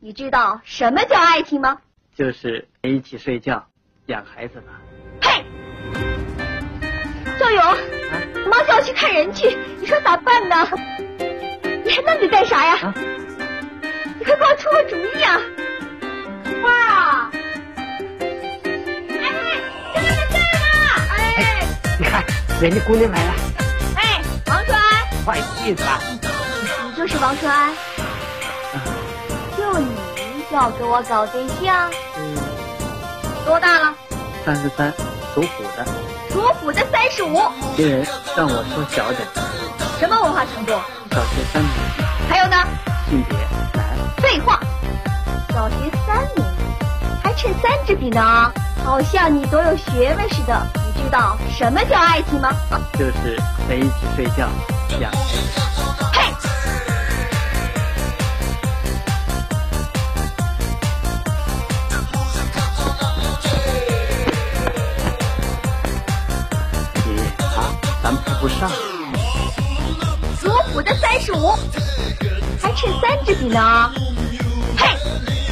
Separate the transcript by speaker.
Speaker 1: 你知道什么叫爱情吗？
Speaker 2: 就是哎一起睡觉、养孩子吧。
Speaker 1: 呸！周勇，
Speaker 2: 啊
Speaker 1: 妈叫我去看人去，你说咋办呢？你还愣着干啥呀？
Speaker 2: 啊
Speaker 1: 你快给我出个主意啊！哇！哎，这个事儿啊！哎
Speaker 2: 你看，人家姑娘来了，
Speaker 1: 哎，王栓，
Speaker 2: 坏意思啊！
Speaker 1: 你就是王栓，就你要给我搞对象？
Speaker 2: 嗯，
Speaker 1: 多大了？
Speaker 2: 三十三，属虎的。
Speaker 1: 属虎的三十五，
Speaker 2: 别人让我说小点，
Speaker 1: 什么文化程度？
Speaker 2: 小学三年级，
Speaker 1: 还有呢？
Speaker 2: 性别男，
Speaker 1: 废话，小学三年级还趁三支笔呢，好像你多有学问似的。你知道什么叫爱情吗？啊
Speaker 2: 就是在一起睡觉、养孩子。
Speaker 1: 呸！
Speaker 2: 你啊，咱们配不上。
Speaker 1: 属虎的三十五，还趁三支笔呢，呸！